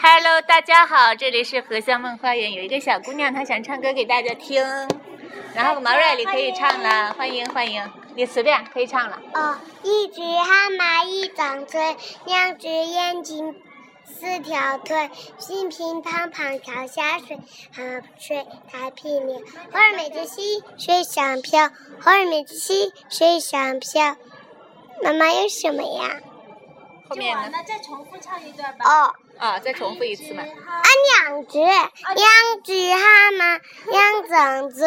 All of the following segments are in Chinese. Hello，大家好，这里是荷香梦花园，有一个小姑娘她想唱歌给大家听，然后毛瑞你可以唱了，欢迎欢迎，你随便可以唱了。哦，一只蛤蟆一张嘴，两只眼睛四条腿，乒乒乓乓跳下水，河水太平了。花儿每只溪水上漂，花儿每只溪水上漂。妈妈有什么呀？后面呢？那再重复唱一段吧。哦，啊，再重复一次嘛。啊，两只，两只蛤蟆，两张嘴，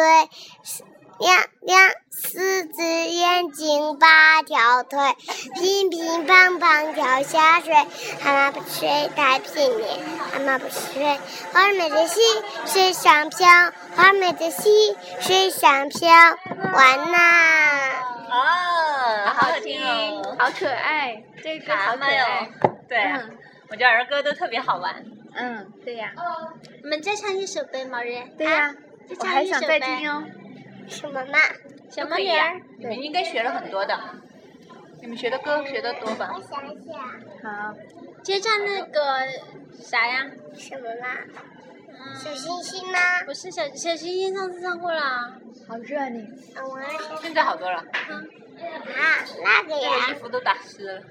两两四只眼睛，八条腿，乒乒乓乓跳下水，蛤蟆不吃太拼命，蛤蟆不吃，花儿每只溪水上漂，花儿每只溪水上漂，完啦！哦，好好听哦，好可爱，这个蛤好可蟆爱哟。，对啊，我觉得儿歌都特别好玩。嗯，对呀，我们再唱一首呗，毛人。对呀，我再唱还一首想呗。再啊听哦。什么嘛？小都毛可以女呀儿，你们应该学了很多的，你们学的歌学的多吧？想想好，接唱那个啥呀？什么嘛？小嗯，星星吗？不是小小星星上次唱过了啊。好热你。啊，我要想现在好多了，啊，那个这呀个衣。服都打湿了。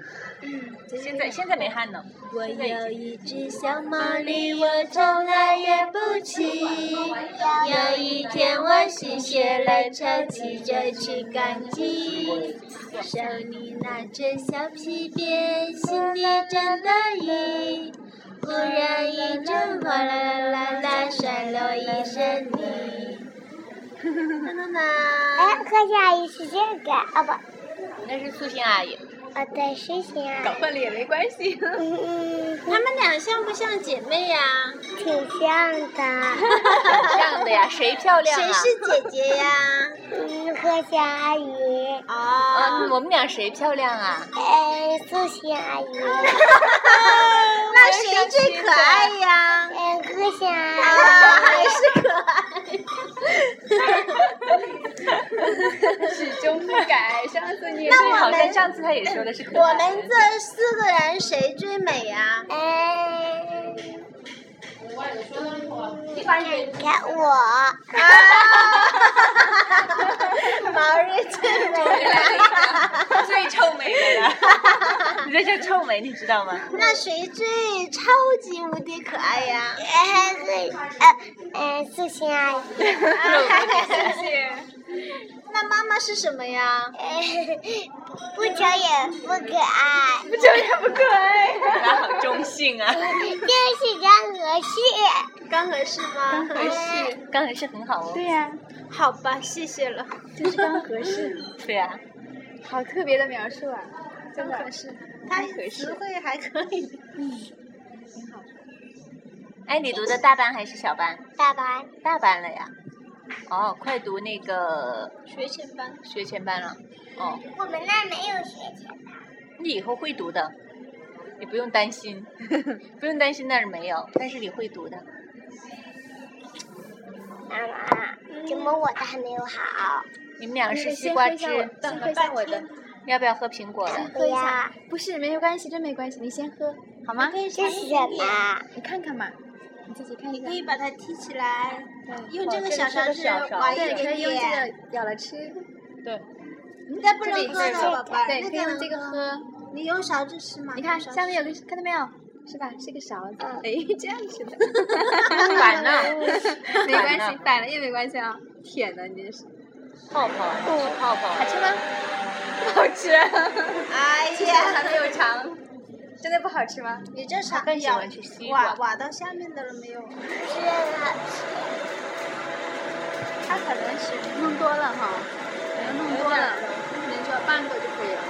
现在现在没汗呢。我有一只小毛驴，我从来也不骑。有一天我是学了车，骑着去赶集。手里拿着小皮鞭，心里真得意。忽然一阵哗啦啦啦啦，摔落一身泥。哎，何西阿姨是这个啊不，啊那是素心阿姨，对，是谁搞啊？混了也没关系。嗯嗯，她们俩像不像姐妹呀、挺像的。这样的呀，谁漂亮谁啊？是姐姐呀、嗯，何西阿姨，啊，哦，我们俩谁漂亮啊？呃，素心阿姨， 那谁最可爱呀、 呃，何西啊，阿姨，还是可爱。始终不改，上次你也那好像我们上次他也说的是可我爱。们这四个人谁最美呀、呃，你发现哎你看我，毛瑞最美。最臭美的了，你这叫臭美，你知道 吗？ 那谁最超级无敌可爱呀、呃，何呃，呃，素心阿姨，谢谢。那妈妈是什么呀？呃，不丑也不可爱，不就也不可爱。那好中性啊，就是张合适。刚合适吗？哎刚才是很好哦。对呀，好吧，谢谢了。就是刚合适，对啊，好特别的描述啊，真的。适，他词汇还可以。哎，你读的大班还是小班？大白，大班了呀。哦，快读那个学前班。学前班了。哦，我们那儿没有学姐。你以后会读的，你不用担心， 不用担心那儿没有，但是你会读的。妈妈，怎么我的还没有好？你们俩是是西瓜汁，先喝一下我的。要不要喝苹果嗯的？对呀，不是，没有关系，真没关系，你先喝好吗？ 这是什么？你看看嘛，你自己看一你下可。以把它提起来，对用这个小勺这个子是个小勺挖一对，可点以用这点。个咬了吃。对，那不能这里喝这里呢，宝对，贝儿。那可以用这个能喝。你用勺子吃嘛？你看用勺下子面有个，看到没有？是吧？是个勺子。嗯哎，这样吃的。 反了， 没关系，反了也没关系啊。舔的你这是。泡泡，是泡泡好。吃吗？不好吃。吃哎呀。 还没有尝。真的不好吃吗？你这啥更喜欢吃西瓜挖挖到下面的了没是有？好它可能是弄多了哈，可能弄多了，可能就要拌过就可以了。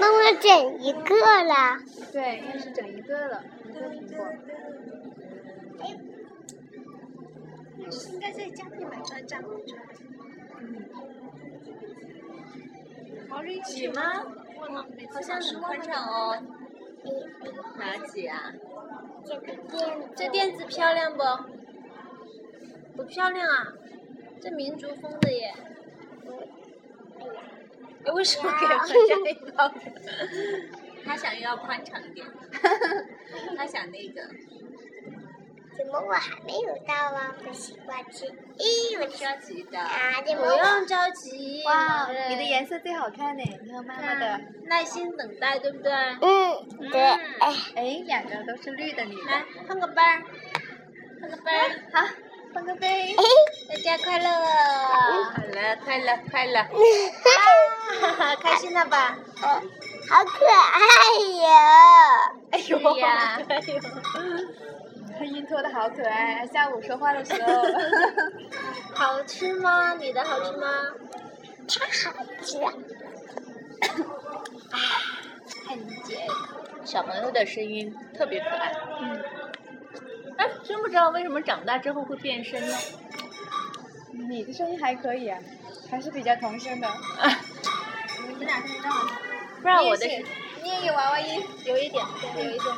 妈妈整一个啦。对，应该是整一个 了，一个苹果。应该在家里买酸枣红酒。嗯毛驴挤吗？好像很宽敞哦。哪挤啊？这个垫这垫子漂亮不？不漂亮啊，这民族风的耶。哎为什么给我这样一包？他想要宽敞一点。他想那个，怎么我还没有到啊？我的西瓜汁，咦，我着急的。啊，怎不么我用着急，哇，对你的颜色最好看呢，你看妈妈的，嗯耐心等待，对不对？嗯，对，哎，哎，两个都是绿的，你来的，碰个杯儿，碰个杯儿，好，碰个杯，大家快乐，好了，快了，快了。哈哈， 开心了吧？嗯， 好可爱呀！哎呦，是 呀哎呦，他音拖的好可爱，下午说话的时候，好吃吗？你的好吃吗？太好吃了，很解。小朋友的声音特别可爱。嗯，哎，真不知道为什么长大之后会变声呢？你的声音还可以啊，还是比较童声的，你们俩声音都好听。不然我的你也声是，你也有娃娃音，嗯有一点，有一点。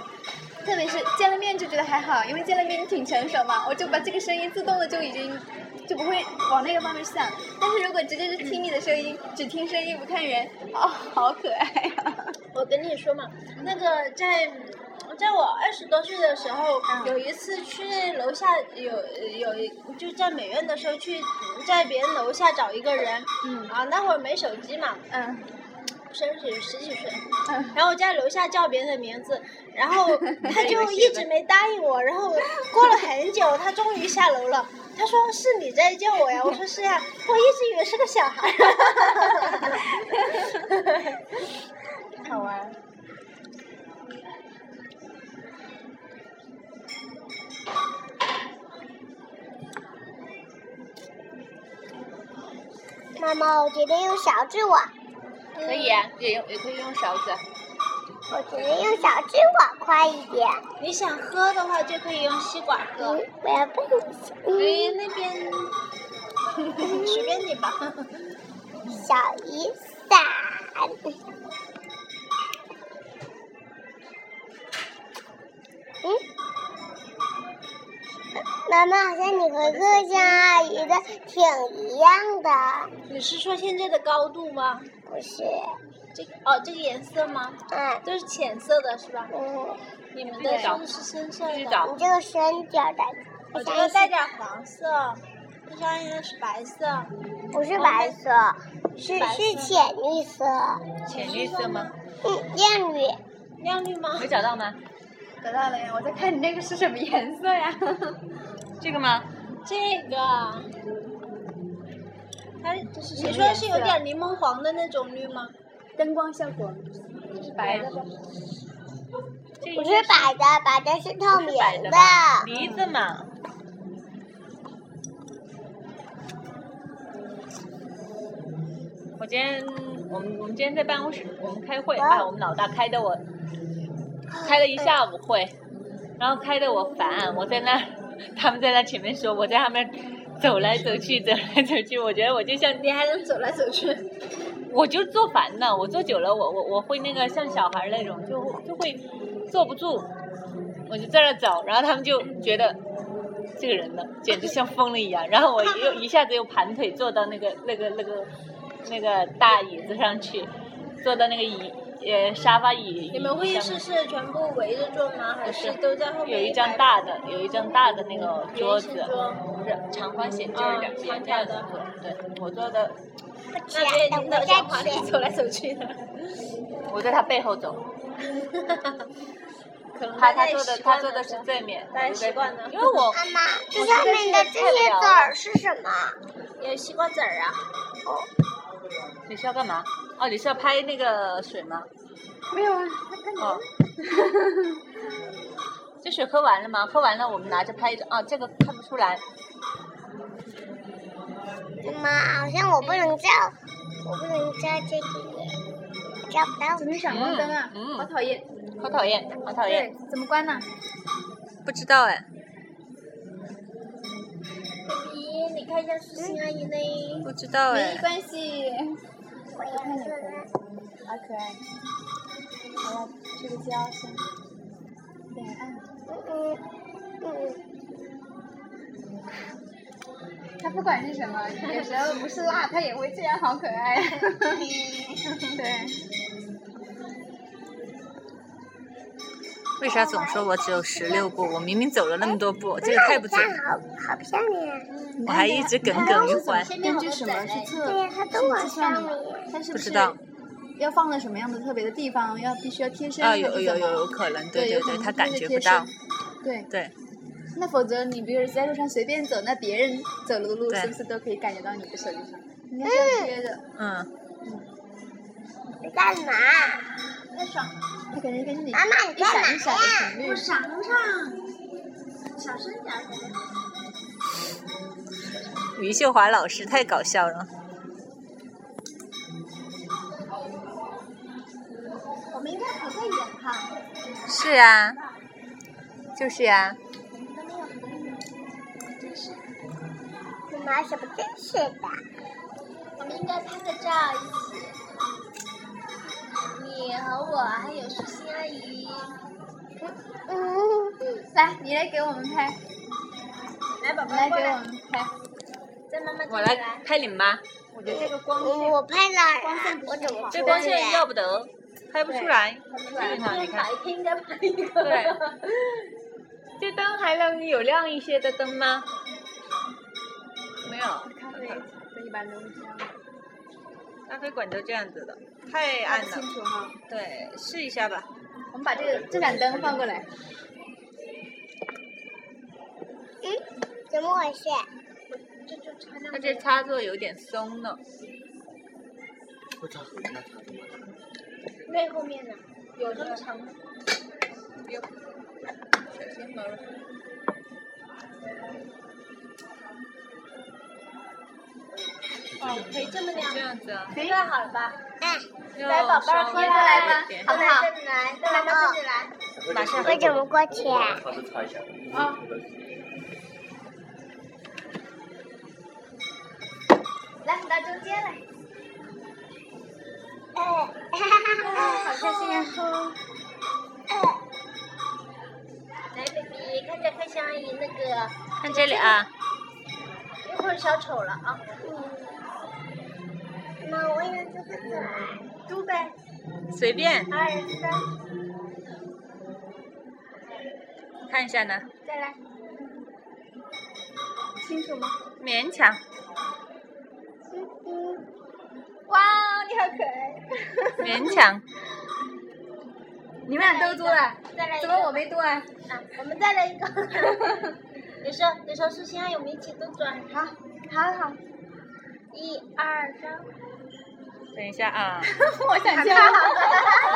特别是见了面就觉得还好，因为见了面你挺成熟嘛，我就把这个声音自动的就已经就不会往那个方面想。但是如果直接是听你的声音，只听声音不看人，哦，好可爱啊呀、我跟你说嘛，那个在。在我二十多岁的时候，有一次去楼下有有就在美院的时候去在别人楼下找一个人，嗯啊那会儿没手机嘛，嗯十几十几岁，嗯，然后我在楼下叫别人的名字，然 后他就一直没答应我，然后过了很久，他终于下楼了。他说：“是你在叫我呀？”我说：“是呀、我一直以为是个小孩。 好玩。妈妈，我觉得用勺子我，可以啊，也用也可以用勺子。我觉得用勺子我快一点。你想喝的话，就可以用吸管喝。嗯，我要蹦一下。哎嗯，，那边随便你吧。小雨伞。嗯，妈妈，好像你和各家阿姨的啊挺一样的，你是说现在的高度吗？不是？这个哦，这个颜色吗？嗯都是浅色的，是吧？嗯，你们不的知道是不是深色不知的道？你这个深点儿的，我这像个一带点黄色，这双应该是白色。不是白色，是白色是浅绿色，浅绿色吗？嗯，亮绿。亮绿嗯吗没？找到吗？得到了呀，我在看你那个是什么颜色呀？这个吗？这个，它你啊说是有点柠檬黄的那种绿吗？ 灯光效果是白的吧？不是白的，白的是透明白的。吧？梨子嘛。我今天我们我们今天在办公室我们开会啊，我们老大开的我开了一下午会，然后开的我烦，我在那儿 他们在那前面说，我在他们走来走去走来走去，我觉得我就像你还能走来走去？我就坐烦了，我坐久了，我我我会那个像小孩儿那种，就会就会坐不住，我就在那走，然后他们就觉得这个人呢，简直像疯了一样，然后我又一下子又盘腿坐到那个那个那个那个大椅子上去，坐到那个椅呃沙发椅。你们会议室上是全部围着坐吗？还是不是都在后有面？一张大的，有一张大的那个桌子，桌，长方形就是两边这样子坐。对，我坐的，那边领导讲话是走来走去的，我在他背后走。可能他大他家也做的习惯他做的了是正面，大家习惯了因为 我妈妈，这上面的这些籽儿是什么？有西瓜籽儿啊，你是要干嘛？哦，你是要拍那个水吗？没有啊，哦， 这水喝完了吗？喝完了，我们拿着拍一张。哦，这个看不出来，妈妈，好像我不能照，我不能照这个耶，照不到。怎么闪光灯啊？嗯嗯好讨厌。好讨厌，好讨对厌。，怎么关呢？不知道哎，咦，你看一下苏欣阿姨呢？不知道哎没。关系。嗯好可爱。好了，这个叫声。点按。嗯嗯它不管是什么，有时候不是辣，它也会这样，好 可爱。对。我为啥总说我只有十六步？我明明走了那么多步，这个太不这准样了。好好漂亮啊！我还一直耿耿于怀，根根据据什什么么是是测？对哎呀，它都往上面。它是不是知道要放在什么样的特别的地方？要必须要贴身啊，还是有有怎么有有可能，对对有对可对，能他就是感觉贴不到，对，对那否则你比如在路上随便走，那别人走路的路对是不是都可以感觉到你不手机上？应该是要贴的，嗯，你干嘛？那爽，它感觉跟你嗯妈妈，你一干嘛闪一闪的呀？频率。赏上，小声点儿。余秀华老师太搞笑了，我们应该合个影哈。是啊，就是啊呀、你拿什么真是的？我们应该拍个照一起。你和我还有舒心阿姨，嗯，来，你来给我们拍，来宝你宝来给过我们拍。在妈妈这我里来拍你妈，我觉得这个光我拍光线了，不我是怎很么好这出光来线要不得，拍不出对来。来，你看哪一天应该拍一个？对这灯还能有亮一些的灯吗？没有，咖啡一般都是这样的，咖啡馆都这样子的，太暗清了。楚哈。对，试一下吧。我们把这个这盏灯放过来，嗯怎么回事？这就穿那它这插座有点松了，那后面呢？有这么长，小心毛绒。哦，可以这么这亮，样子啊，嗯这样好了吧？又来宝贝儿稍过微来好一吧点，都来这里来，都来妈妈这里来。马上我怎么过去啊？来，你到中间来。呃，哈哈哈开心呀！来，baby，看着开心阿姨那个，看这里啊，一会儿小丑了啊。妈，我想这个怎么？猪呗，随便二三，看一下呢，再来。清楚吗？勉 强。哇，哦你好可爱！勉强，你们俩都多啊？再来一怎个。么我没多啊？啊？我们再来一个。 你说，你说，舒心阿姨，我们一起都转。好，好好。一二三，等一下啊， 我想 笑。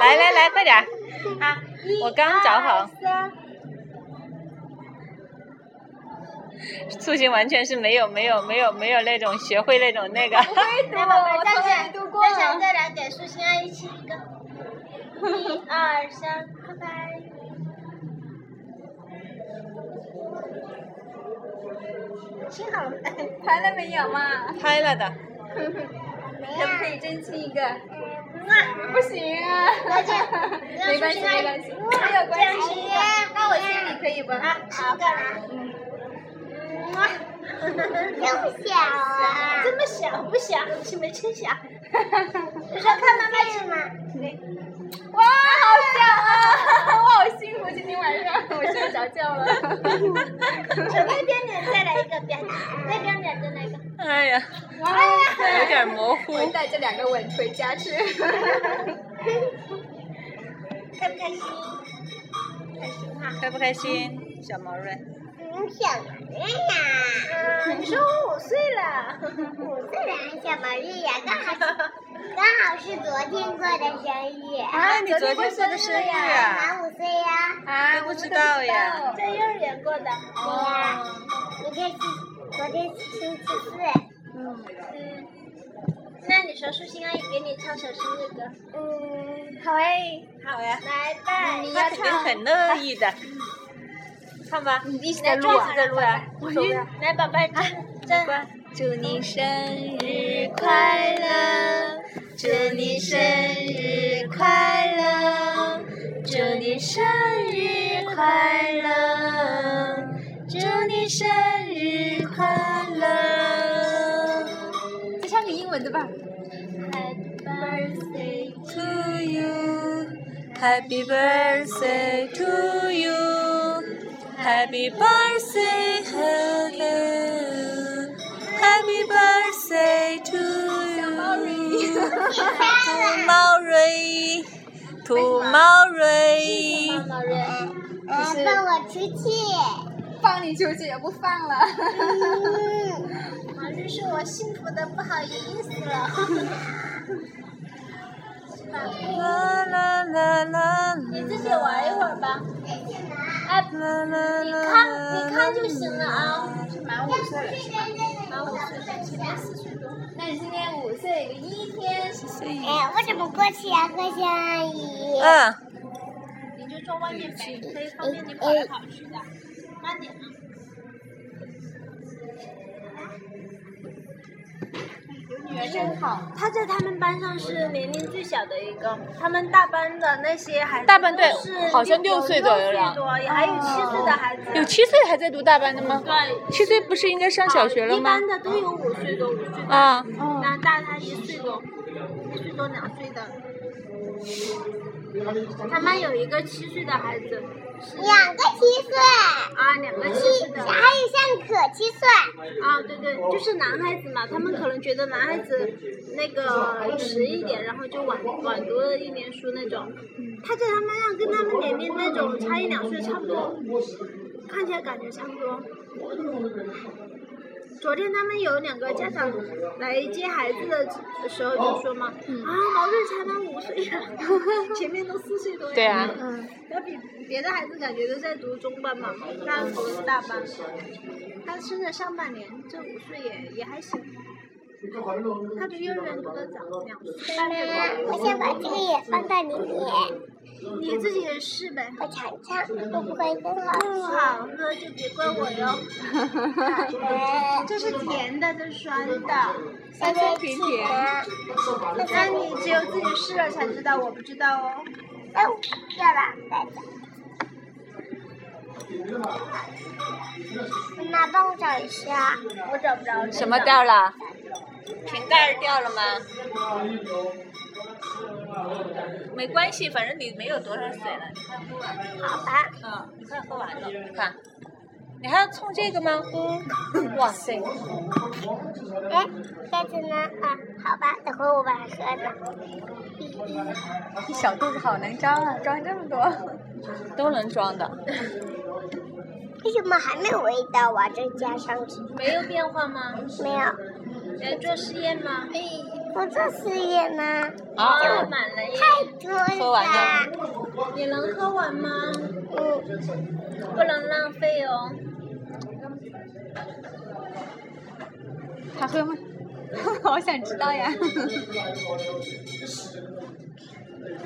来来来，快点儿，啊，一我刚找好二三，塑形完全是没有没有没有没有那种学会那种那 个，来，宝贝我儿，站从起来来，没读过站起来，再来，给舒心阿姨亲一个。一二三，拜拜。亲好了吗？拍了没有嘛？拍了的， 没可不可呀，以真亲一个？妈，不行啊！没关系，没关系，没有关系。哎呀，那我亲你可以不？好干嘛？这么小啊？这么小不小，亲没亲小？你说看妈妈亲吗？哇，好笑啊！我好幸福，今天晚上我睡着觉了。手那边脸再来一个，边那边脸再来一个。哎呀，哇有点模糊。我带这两个吻回家去。开不开心？开不开心，小毛瑞？嗯，小毛瑞呀， 嗯，你说我五岁了，五岁了，小毛瑞呀，刚好是刚好是昨天过的生日，啊，你昨天过的生日啊？满五岁呀。啊都不知道呀。在幼儿园过的。对呀，昨天是昨天是星期四，嗯，那你说舒心阿姨给你唱首生日歌，嗯，好哎，好呀，来吧。你他要肯定唱，很乐意的。唱吧，你一直在在录录啊啊。在录呀，无所谓啊。来，宝贝儿，站站。祝你生日快乐，祝你生日快乐，祝你生日快乐，祝你生日快乐。再唱个英文的吧。 Happy birthday To you, Happy birthday to you. Happy birthday again. Happy birthday to you. To Maori. To Maori. 来放我出去。放你出去也不放了。真是我幸福的不好意思了。 La la la la 你自己玩一会儿吧， la la 你 la. 看你看就行了啊。满五岁了是吧？满五岁了，现在四岁多。那你今天五岁零一天，哎，我怎么过去呀、过去阿姨。嗯，你就坐外面呗，可以方便你跑来跑去的。慢点啊。女儿真好。他在他们班上是年龄最小的一个，他们大班的那些孩子大班对都是好像六六岁左右了六岁多，也还有七岁的孩子。有七岁还在读大班的吗？对，七岁不是应该上小学了一吗般？的都有五岁多、五岁多，啊，那大他一岁多、一岁多、两岁的。他们有一个七岁的孩子，两个七岁，啊，两个七岁七的，还有像可七岁，啊，对对，就是男孩子嘛，他们可能觉得男孩子那个迟一点，然后就晚晚读了一年书那种。他在他们那跟他们年龄那种差一两岁差不多，看起来感觉差不多。昨天他们有两个家长来接孩子的时候就说嘛，啊，毛瑞才满五岁呀、前面都四岁多呀。对啊嗯，那比别的孩子感觉都在读中班嘛，那我们大班。他生的上半年，这五岁也也还行。他读幼儿园读的早，两岁半妈就妈，读我想把这个也放到你脸，你自己试呗。我尝尝会不会更好不好喝就别怪我哟。吃。这是甜的，这是酸的。酸酸甜甜。那你只有自己试了才知道，我不知道哦。哎，我要了，拜拜。妈妈，帮我找一下。我找不着。什么掉了？嗯瓶盖儿掉了吗？没关系，反正你没有多少水了。你看喝完了。好吧。嗯，你看喝完了。你看，你还要冲这个吗？嗯。哇塞！哎，下次呢？啊，好吧，等会我把它喝了。嗯你 小肚子好能装啊，装这么多。都能装的。为什么还没有味道啊？这加上去没有变化吗？哎没有？来哎做实验吗？我做实验呢，啊。做满了耶。太多了。喝完了你能喝完吗？嗯，哦不能浪费哦。好喝吗？好想知道呀。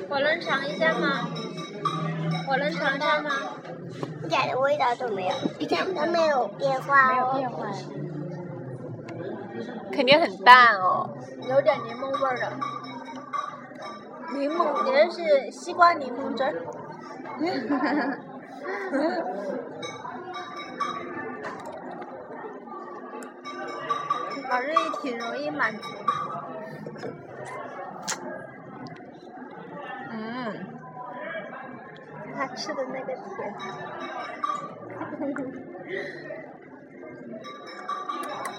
我能尝一下吗？我能尝尝吗？一点的味道都没有，一点都没有变化哦。肯定很淡哦。有点柠檬味儿的。柠檬，你认识西瓜柠檬汁儿？反正也挺容易满足。嗯，他吃的那个甜。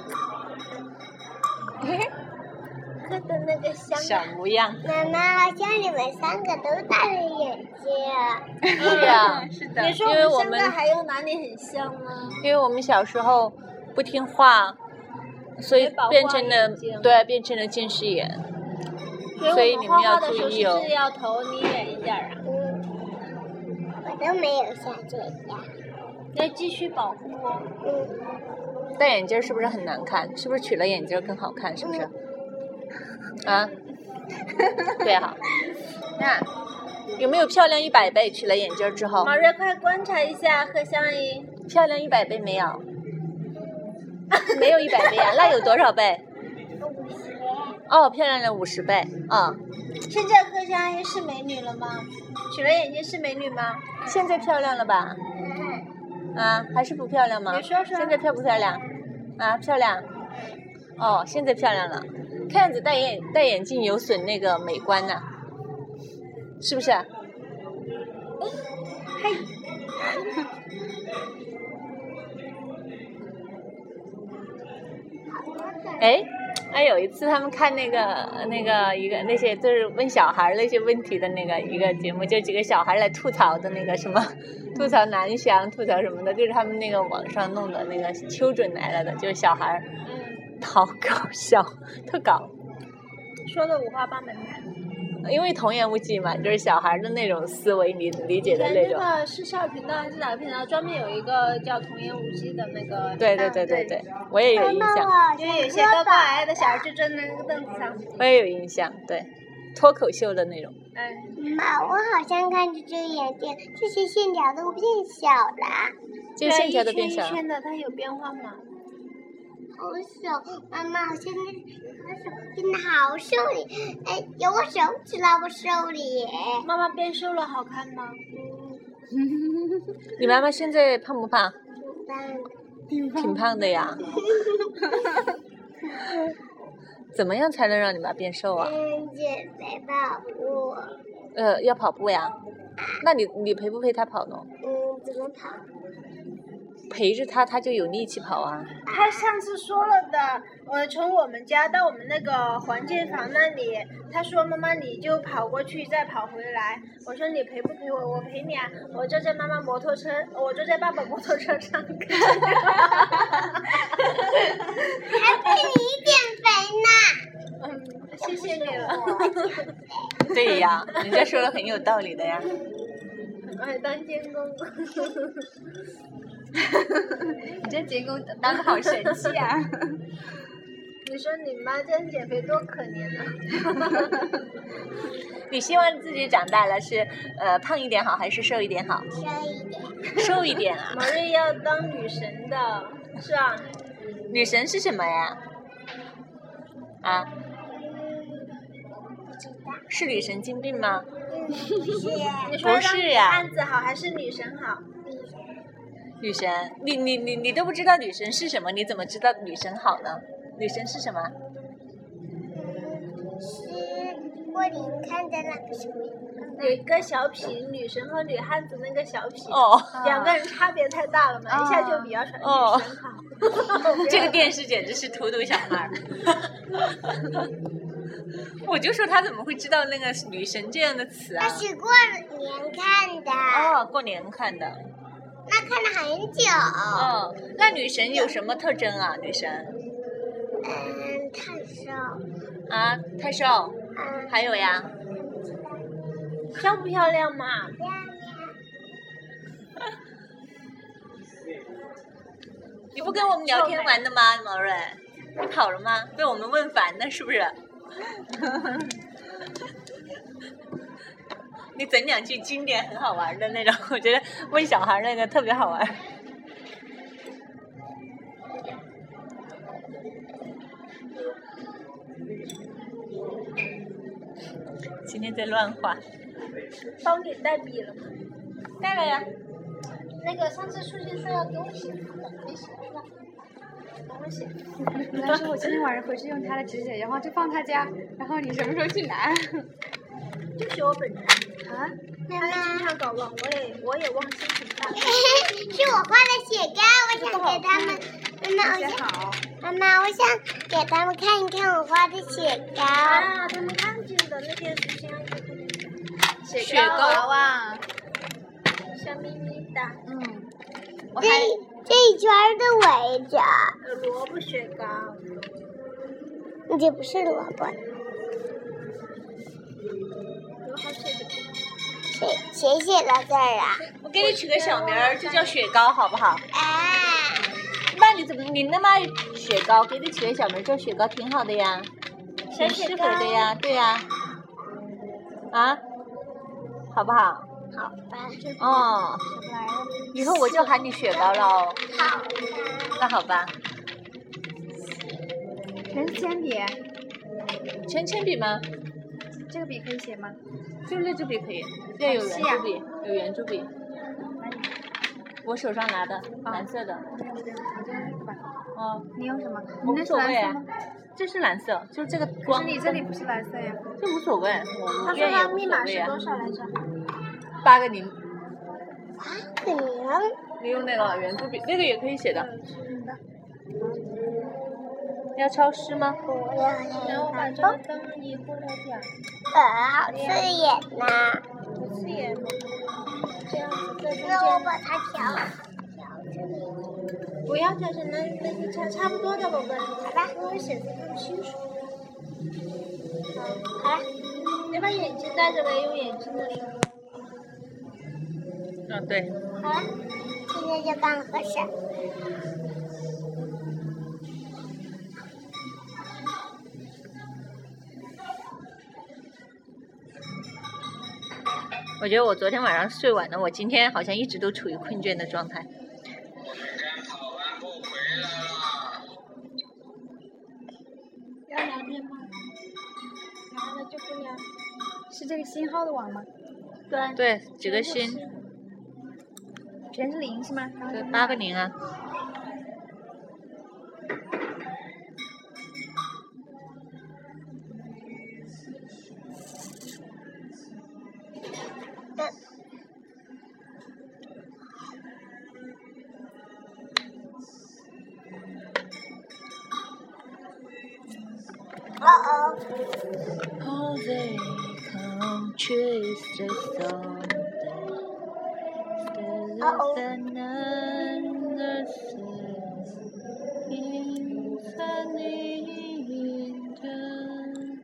喝的那个香小模样。妈妈，好像你们三个都戴了眼镜。 是啊，你说因为我我们们现在还有哪里很像吗？因为我们小时候不听话，所以没保护变成了眼睛对变成了近视眼。所以你们要注意画哦画的时候是不是要头离远一点儿啊？嗯，我都没有像这样。要继续保护哦。嗯，戴眼镜儿是不是很难看？是不是取了眼镜儿更好看？是不是？啊？ 对啊。那有没有漂亮一百倍？取了眼镜儿之后，马瑞，快观察一下何香依。 漂亮一百倍没有？没有一百倍啊，那有多少倍？哦，漂亮了五十倍啊、现在何香依是美女了吗？取了眼镜是美女吗？现在漂亮了吧？嗯啊，还是不漂亮吗？你说说现在漂不漂亮？啊，漂亮。哦，现在漂亮了。看样子戴眼戴眼镜有损那个美观呢、是不是？啊哎，哎，有一次他们看那个那个一个那些就是问小孩儿那些问题的那个一个节目，就几个小孩儿来吐槽的那个什么，吐槽南翔，吐槽什么的，就是他们那个网上弄的那个《秋准来了》的，就是小孩儿，好搞笑，特搞，说的五花八门的。因为童言无忌嘛，就是小孩儿的那种思维理理解的咱那这种，个是少儿频道还是哪个频道？专门有一个叫《童言无忌》的那个，对对对对对，我也有印象，因为有些高高矮矮的小孩就站在那个凳子上，我也有印象，对，脱口秀的那种。嗯，妈，我好像看着这个眼睛，这些线条都变小了，这对啊线条都一圈变一小了。圈的，它有变化吗？好小。妈妈，我现在我手变得好瘦了，哎，有我手指到我手里。妈妈变瘦了，好看吗？你妈妈现在胖不胖？嗯挺胖的 呀。怎么样才能让你妈变瘦啊？嗯，减肥吧，我呃，要跑步呀。那你你陪不陪她跑呢？嗯怎么跑？陪着她，她就有力气跑啊。他上次说了的，呃，从我们家到我们那个环健房那里，他说妈妈你就跑过去再跑回来。我说你陪不陪我？我陪你啊！我坐在妈妈摩托车，我坐在爸爸摩托车上。还被你减肥呢。嗯， 谢谢你哦了。对呀，人家说的很有道理的呀。哎，当监工。你这结构当的好神奇啊！你说你妈这样减肥多可怜啊！ 你希望自己长大了是呃胖一点好还是瘦一点好？瘦一点，瘦一点啊。毛瑞要当女神的，是啊吧？女神是什么呀？啊？是女神经病吗？你说要不当是女呀汉子好还是女神好？女神，你你你你都不知道女神是什么，你怎么知道女神好呢？女神是什么？是郭琳看的那个什么？有一个小品，女神和女汉子那个小品。哦，两个人差别太大了嘛，一下就比较传哦女神好。 这个电视简直是荼毒小孩儿。 我就说他怎么会知道那个女神这样的词啊那？是过年看的，哦，过年看的。那看了很久。哦，那女神有什么特征啊？女神嗯，太瘦，啊，太瘦，嗯，还有呀，漂不漂亮嘛？漂亮。你不跟我们聊天玩的吗，毛瑞？你跑了吗？被我们问烦了是不是？ 你整两句经典很好玩的那种，我觉得问小孩那个特别好玩。今天在乱画，帮你带笔了吗？带了呀。那个上次舒淇说要给我写，没写是吧？帮我写。但是我今天晚上回去用他的纸写，然后就放他家，然后你什么时候去拿？就写我本人。啊？妈他妈经，常搞忘，我也我也忘性挺大。 是我画的雪糕，我想给他们。妈妈，我想，好，妈妈，我想给他们看一看我画的雪糕。啊，他们看见的那天舒淇让他们雪糕娃娃，笑眯眯的，嗯，我这还这一圈儿的围着，呃，萝卜雪糕。你这不是萝卜，有好写的。谁谁写到这儿啊？我给你取个小名儿，就叫雪糕，好不好？啊，那你怎么你那么爱雪糕？给你起个小名儿叫雪糕，挺好的呀，挺适合的呀，对呀、啊，好不好？好吧，哦，以后我就喊你雪糕了哦。好吧，那好吧，全是铅笔，全铅笔吗？这个笔可以写吗？就那支笔可以，要有圆珠笔，有圆珠笔。我手上拿的，蓝色的。不用不用，我就用这个吧。哦，你用什么？我你无那是所蓝谓色啊吗？，这是蓝色，就是这个可光是。你这里不是蓝 色呀？这无所谓，我他我说愿意他也无密所啊码谓是啊多。少来着？八个零，可能利用那个圆珠笔，那个也可以写的。嗯要抄诗吗？不要黑然后把板这报个灯移过来点儿，呃，好刺眼呐、不刺眼吗？这样子在中那我间。把它调不要调成那那个差差不多的，宝贝。好吧，因为写字更清楚。好，好了，你把眼睛戴着呗，用眼睛的时候。嗯、对。好了，今天就干个事儿。我觉得我昨天晚上睡晚了，我今天好像一直都处于困倦的状态。要聊天吗？聊了就不聊。是这个新号的网吗？对。对，几个心，全是零是吗？然后对就，八个零啊。 Oh, they come chase the someday. There is another sun in sunny England.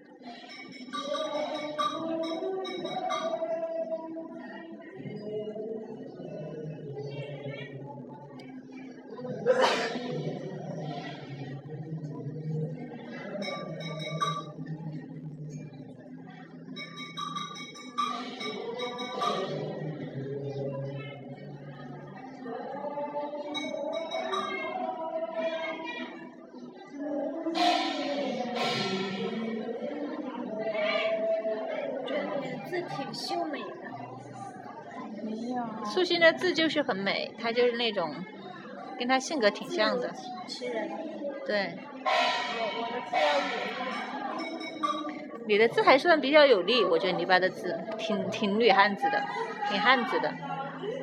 字挺秀美的。素心的字就是很美，她就是那种跟她性格挺像的。对。你的字还算比较有力，我觉得泥巴的字挺挺女汉子的，挺汉子的。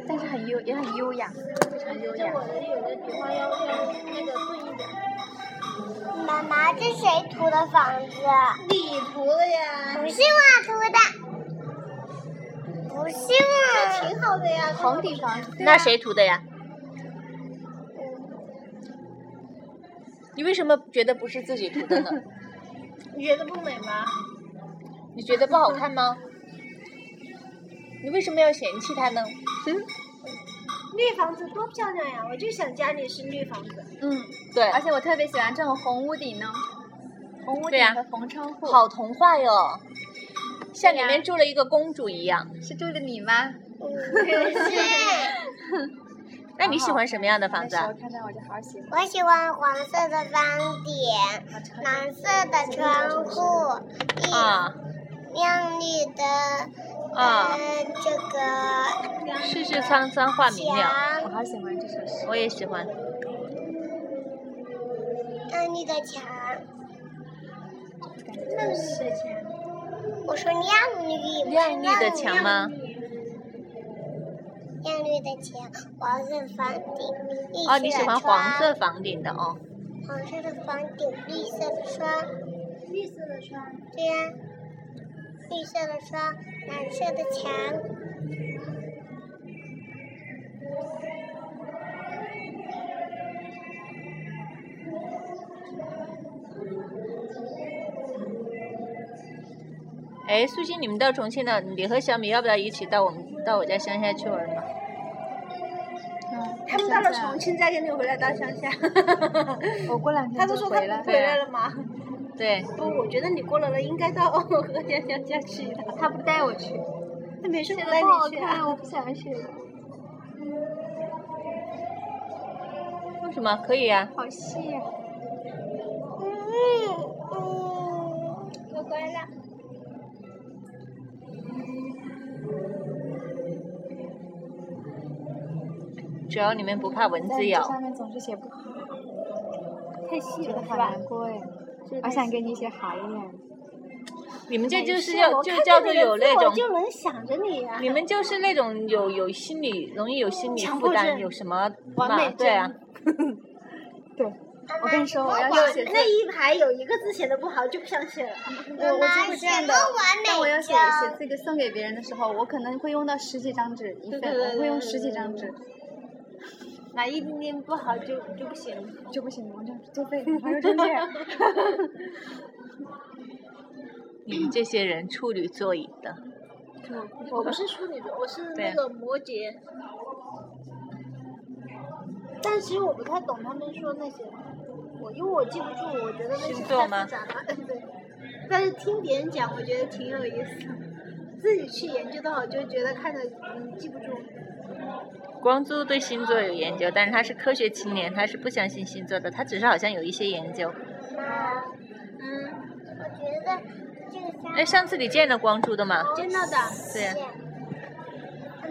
但是很优也很优雅，非常优就雅。我的有的笔画要要那个钝一点。妈妈，这谁涂的房子？你涂的呀，不是我涂的，不是我。挺好的呀。红底房，对那啊谁涂的呀？你为什么觉得不是自己涂的呢？你觉得不美吗？你觉得不好看吗？你为什么要嫌弃它呢？绿房子多漂亮呀！我就想家里是绿房子。嗯，对啊而且我特别喜欢这种红屋顶呢，红屋对顶呀和红窗户。好童话哟，像里对呀面住了一个公主一样。是住的你吗？那你喜欢什么样的房子那啊时候？看上我就好喜欢。我喜欢黄色的房顶，蓝色的窗户，啊一亮丽的啊！呃这个世事沧桑化明了，我墙，好喜欢这首诗。我也喜欢。呃亮丽的墙。嗯那是的钱。我说亮丽，不是亮丽的墙吗？亮丽的墙，黄色房顶，绿色的哦，你喜欢黄窗色房顶的哦。黄色的房顶，绿色的窗，绿色的窗，对呀、绿色的窗，蓝色的墙。哎，苏欣，你们到重庆了，你和小米要不要一起到我们到我家乡下去玩嘛？嗯，他们到了重庆再跟你回来到乡下。庆，我过两天他都就说他回来不对了。回来了吗？对，不，我觉得你过来了，应该到我和洋洋家去一趟。 他不带我去，他没事写不的带不好你去啊看，。我不想写了，为什么可以啊呀、好细啊呀、嗯我乖了。只要你们不怕蚊但子是这咬。上面总是写不好，太细了，好难过呀。我想给你写好一点的，你们这就是没事叫我就看叫到做你的有字那我种，就能想着你啊。你们就是那种有有心理容易有心理强负迫担，症有什么完嘛美对啊，我跟你说，我要有是写字，嗯那一排有一个字写的不好，就不想写了。我我是会这样的。当我要写写胶？字给送给别人的时候，我可能会用到十几张纸一份，对对对我会用对对十几对张对纸哪一点点不好就就不行了。就不行，我这样作废，我要出 去。你们这些人处女座椅的，嗯我不是处女座，我是对那个摩羯。但其实我不太懂他们说那些，我因为我记不住，我觉得那些星太座复吗杂了。 对，但是听别人讲，我觉得挺有意思的。自己去研究的话，我就觉得看着嗯记不住。光洙对星座有研究，但是他是科学青年，他是不相信星座的，他只是好像有一些研究。嗯，我觉得这个哎，上次你见了光洙的吗？真的的。对呀、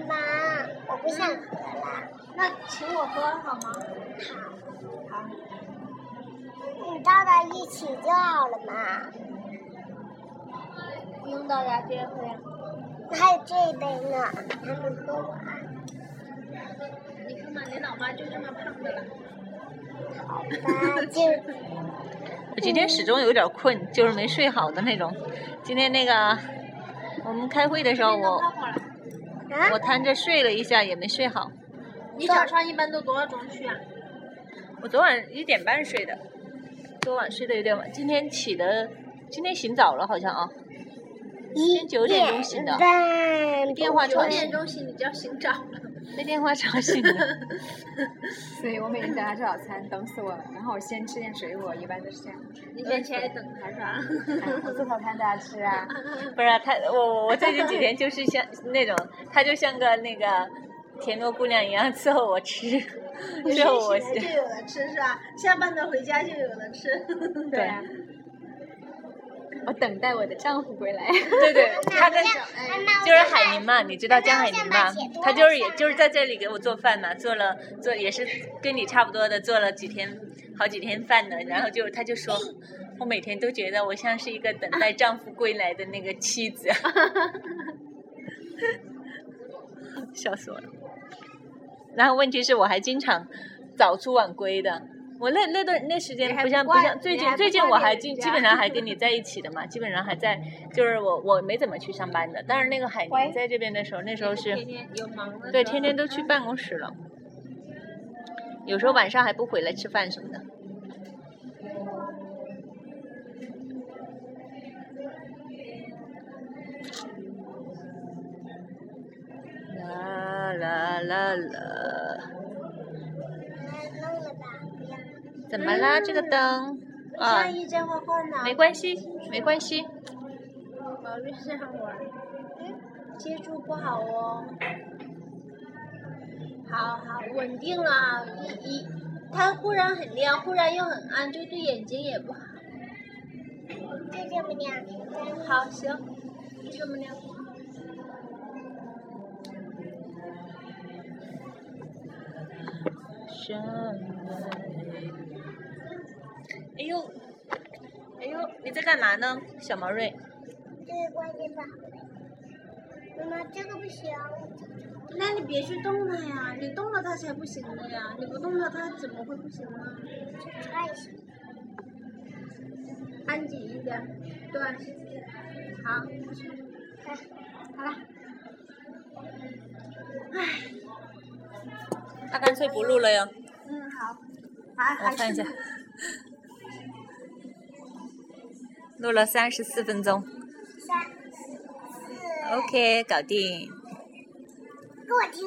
妈妈，我不想喝了。那请我喝好吗？你倒到一起就好了嘛。不用到呀，别喝呀。还有这一杯呢，还没喝完。你看嘛，你老妈就这么胖的了。那就我今天始终有点困，就是没睡好的那种。今天那个我们开会的时候，今天都哦我胖过了。啊我，摊着睡了一下，也没睡好。你早上一般都多少钟去啊？我昨晚一点半睡的，昨晚睡得有点晚，今天起的，今天醒早了好像啊，一九点钟醒的半电话九吵点醒，钟醒，你就要醒早了。被电话吵醒 的。所以我每天早上吃早餐，等死我了。然后我先吃点水果，一般都是这样。你先起来等他 是吧？哎我做早餐大家吃啊。不是、啊、他，我我我最近几天就是像那种，他就像个那个田螺姑娘一样伺候我吃，你伺候我一醒来吃。就有了吃是吧？下班了回家就有了吃。对啊。我等待我的丈夫归来。对对，呃他跟妈妈就是我海宁嘛，你知道江海宁吧妈妈我想把解？脱他就是一下也就是在这里给我做饭嘛，做了做也是跟你差不多的，做了几天好几天饭呢。然后就他就说，我每天都觉得我像是一个等待丈夫归来的那个妻子，笑死我了。然后问题是我还经常早出晚归的。我那那段那时间你还不像不不惯像最你近还不最近惯我着还人基家基本上还跟你在一起的嘛，基本上还在就是我我没怎么去上班的，但是那个海宁喂在这边的时候，那时候是天天有忙的。对天天都去办公室了，有时候晚上还不回来吃饭什么的。啦啦啦啦！弄了吧，不要。怎么啦？这个灯啊嗯上，一在画画呢，没关系，没关系。毛就这样玩。嗯，接触不好哦。好好，稳定了，一一，它忽然很亮，忽然又很暗，就对眼睛也不好。就这么亮。好，行，就这么亮。哎呦，哎呦，你在干嘛呢，小毛瑞？这个关键吧。妈妈，这个不行。那你别去动它呀，你动了它才不行的呀，你不动它它怎么会不行呢？踹一下。安静一点，对，好，好了，那干脆不录了哟，嗯，好，还我还看一是下，录了三十四分钟三、四， ，OK，搞定。给我听。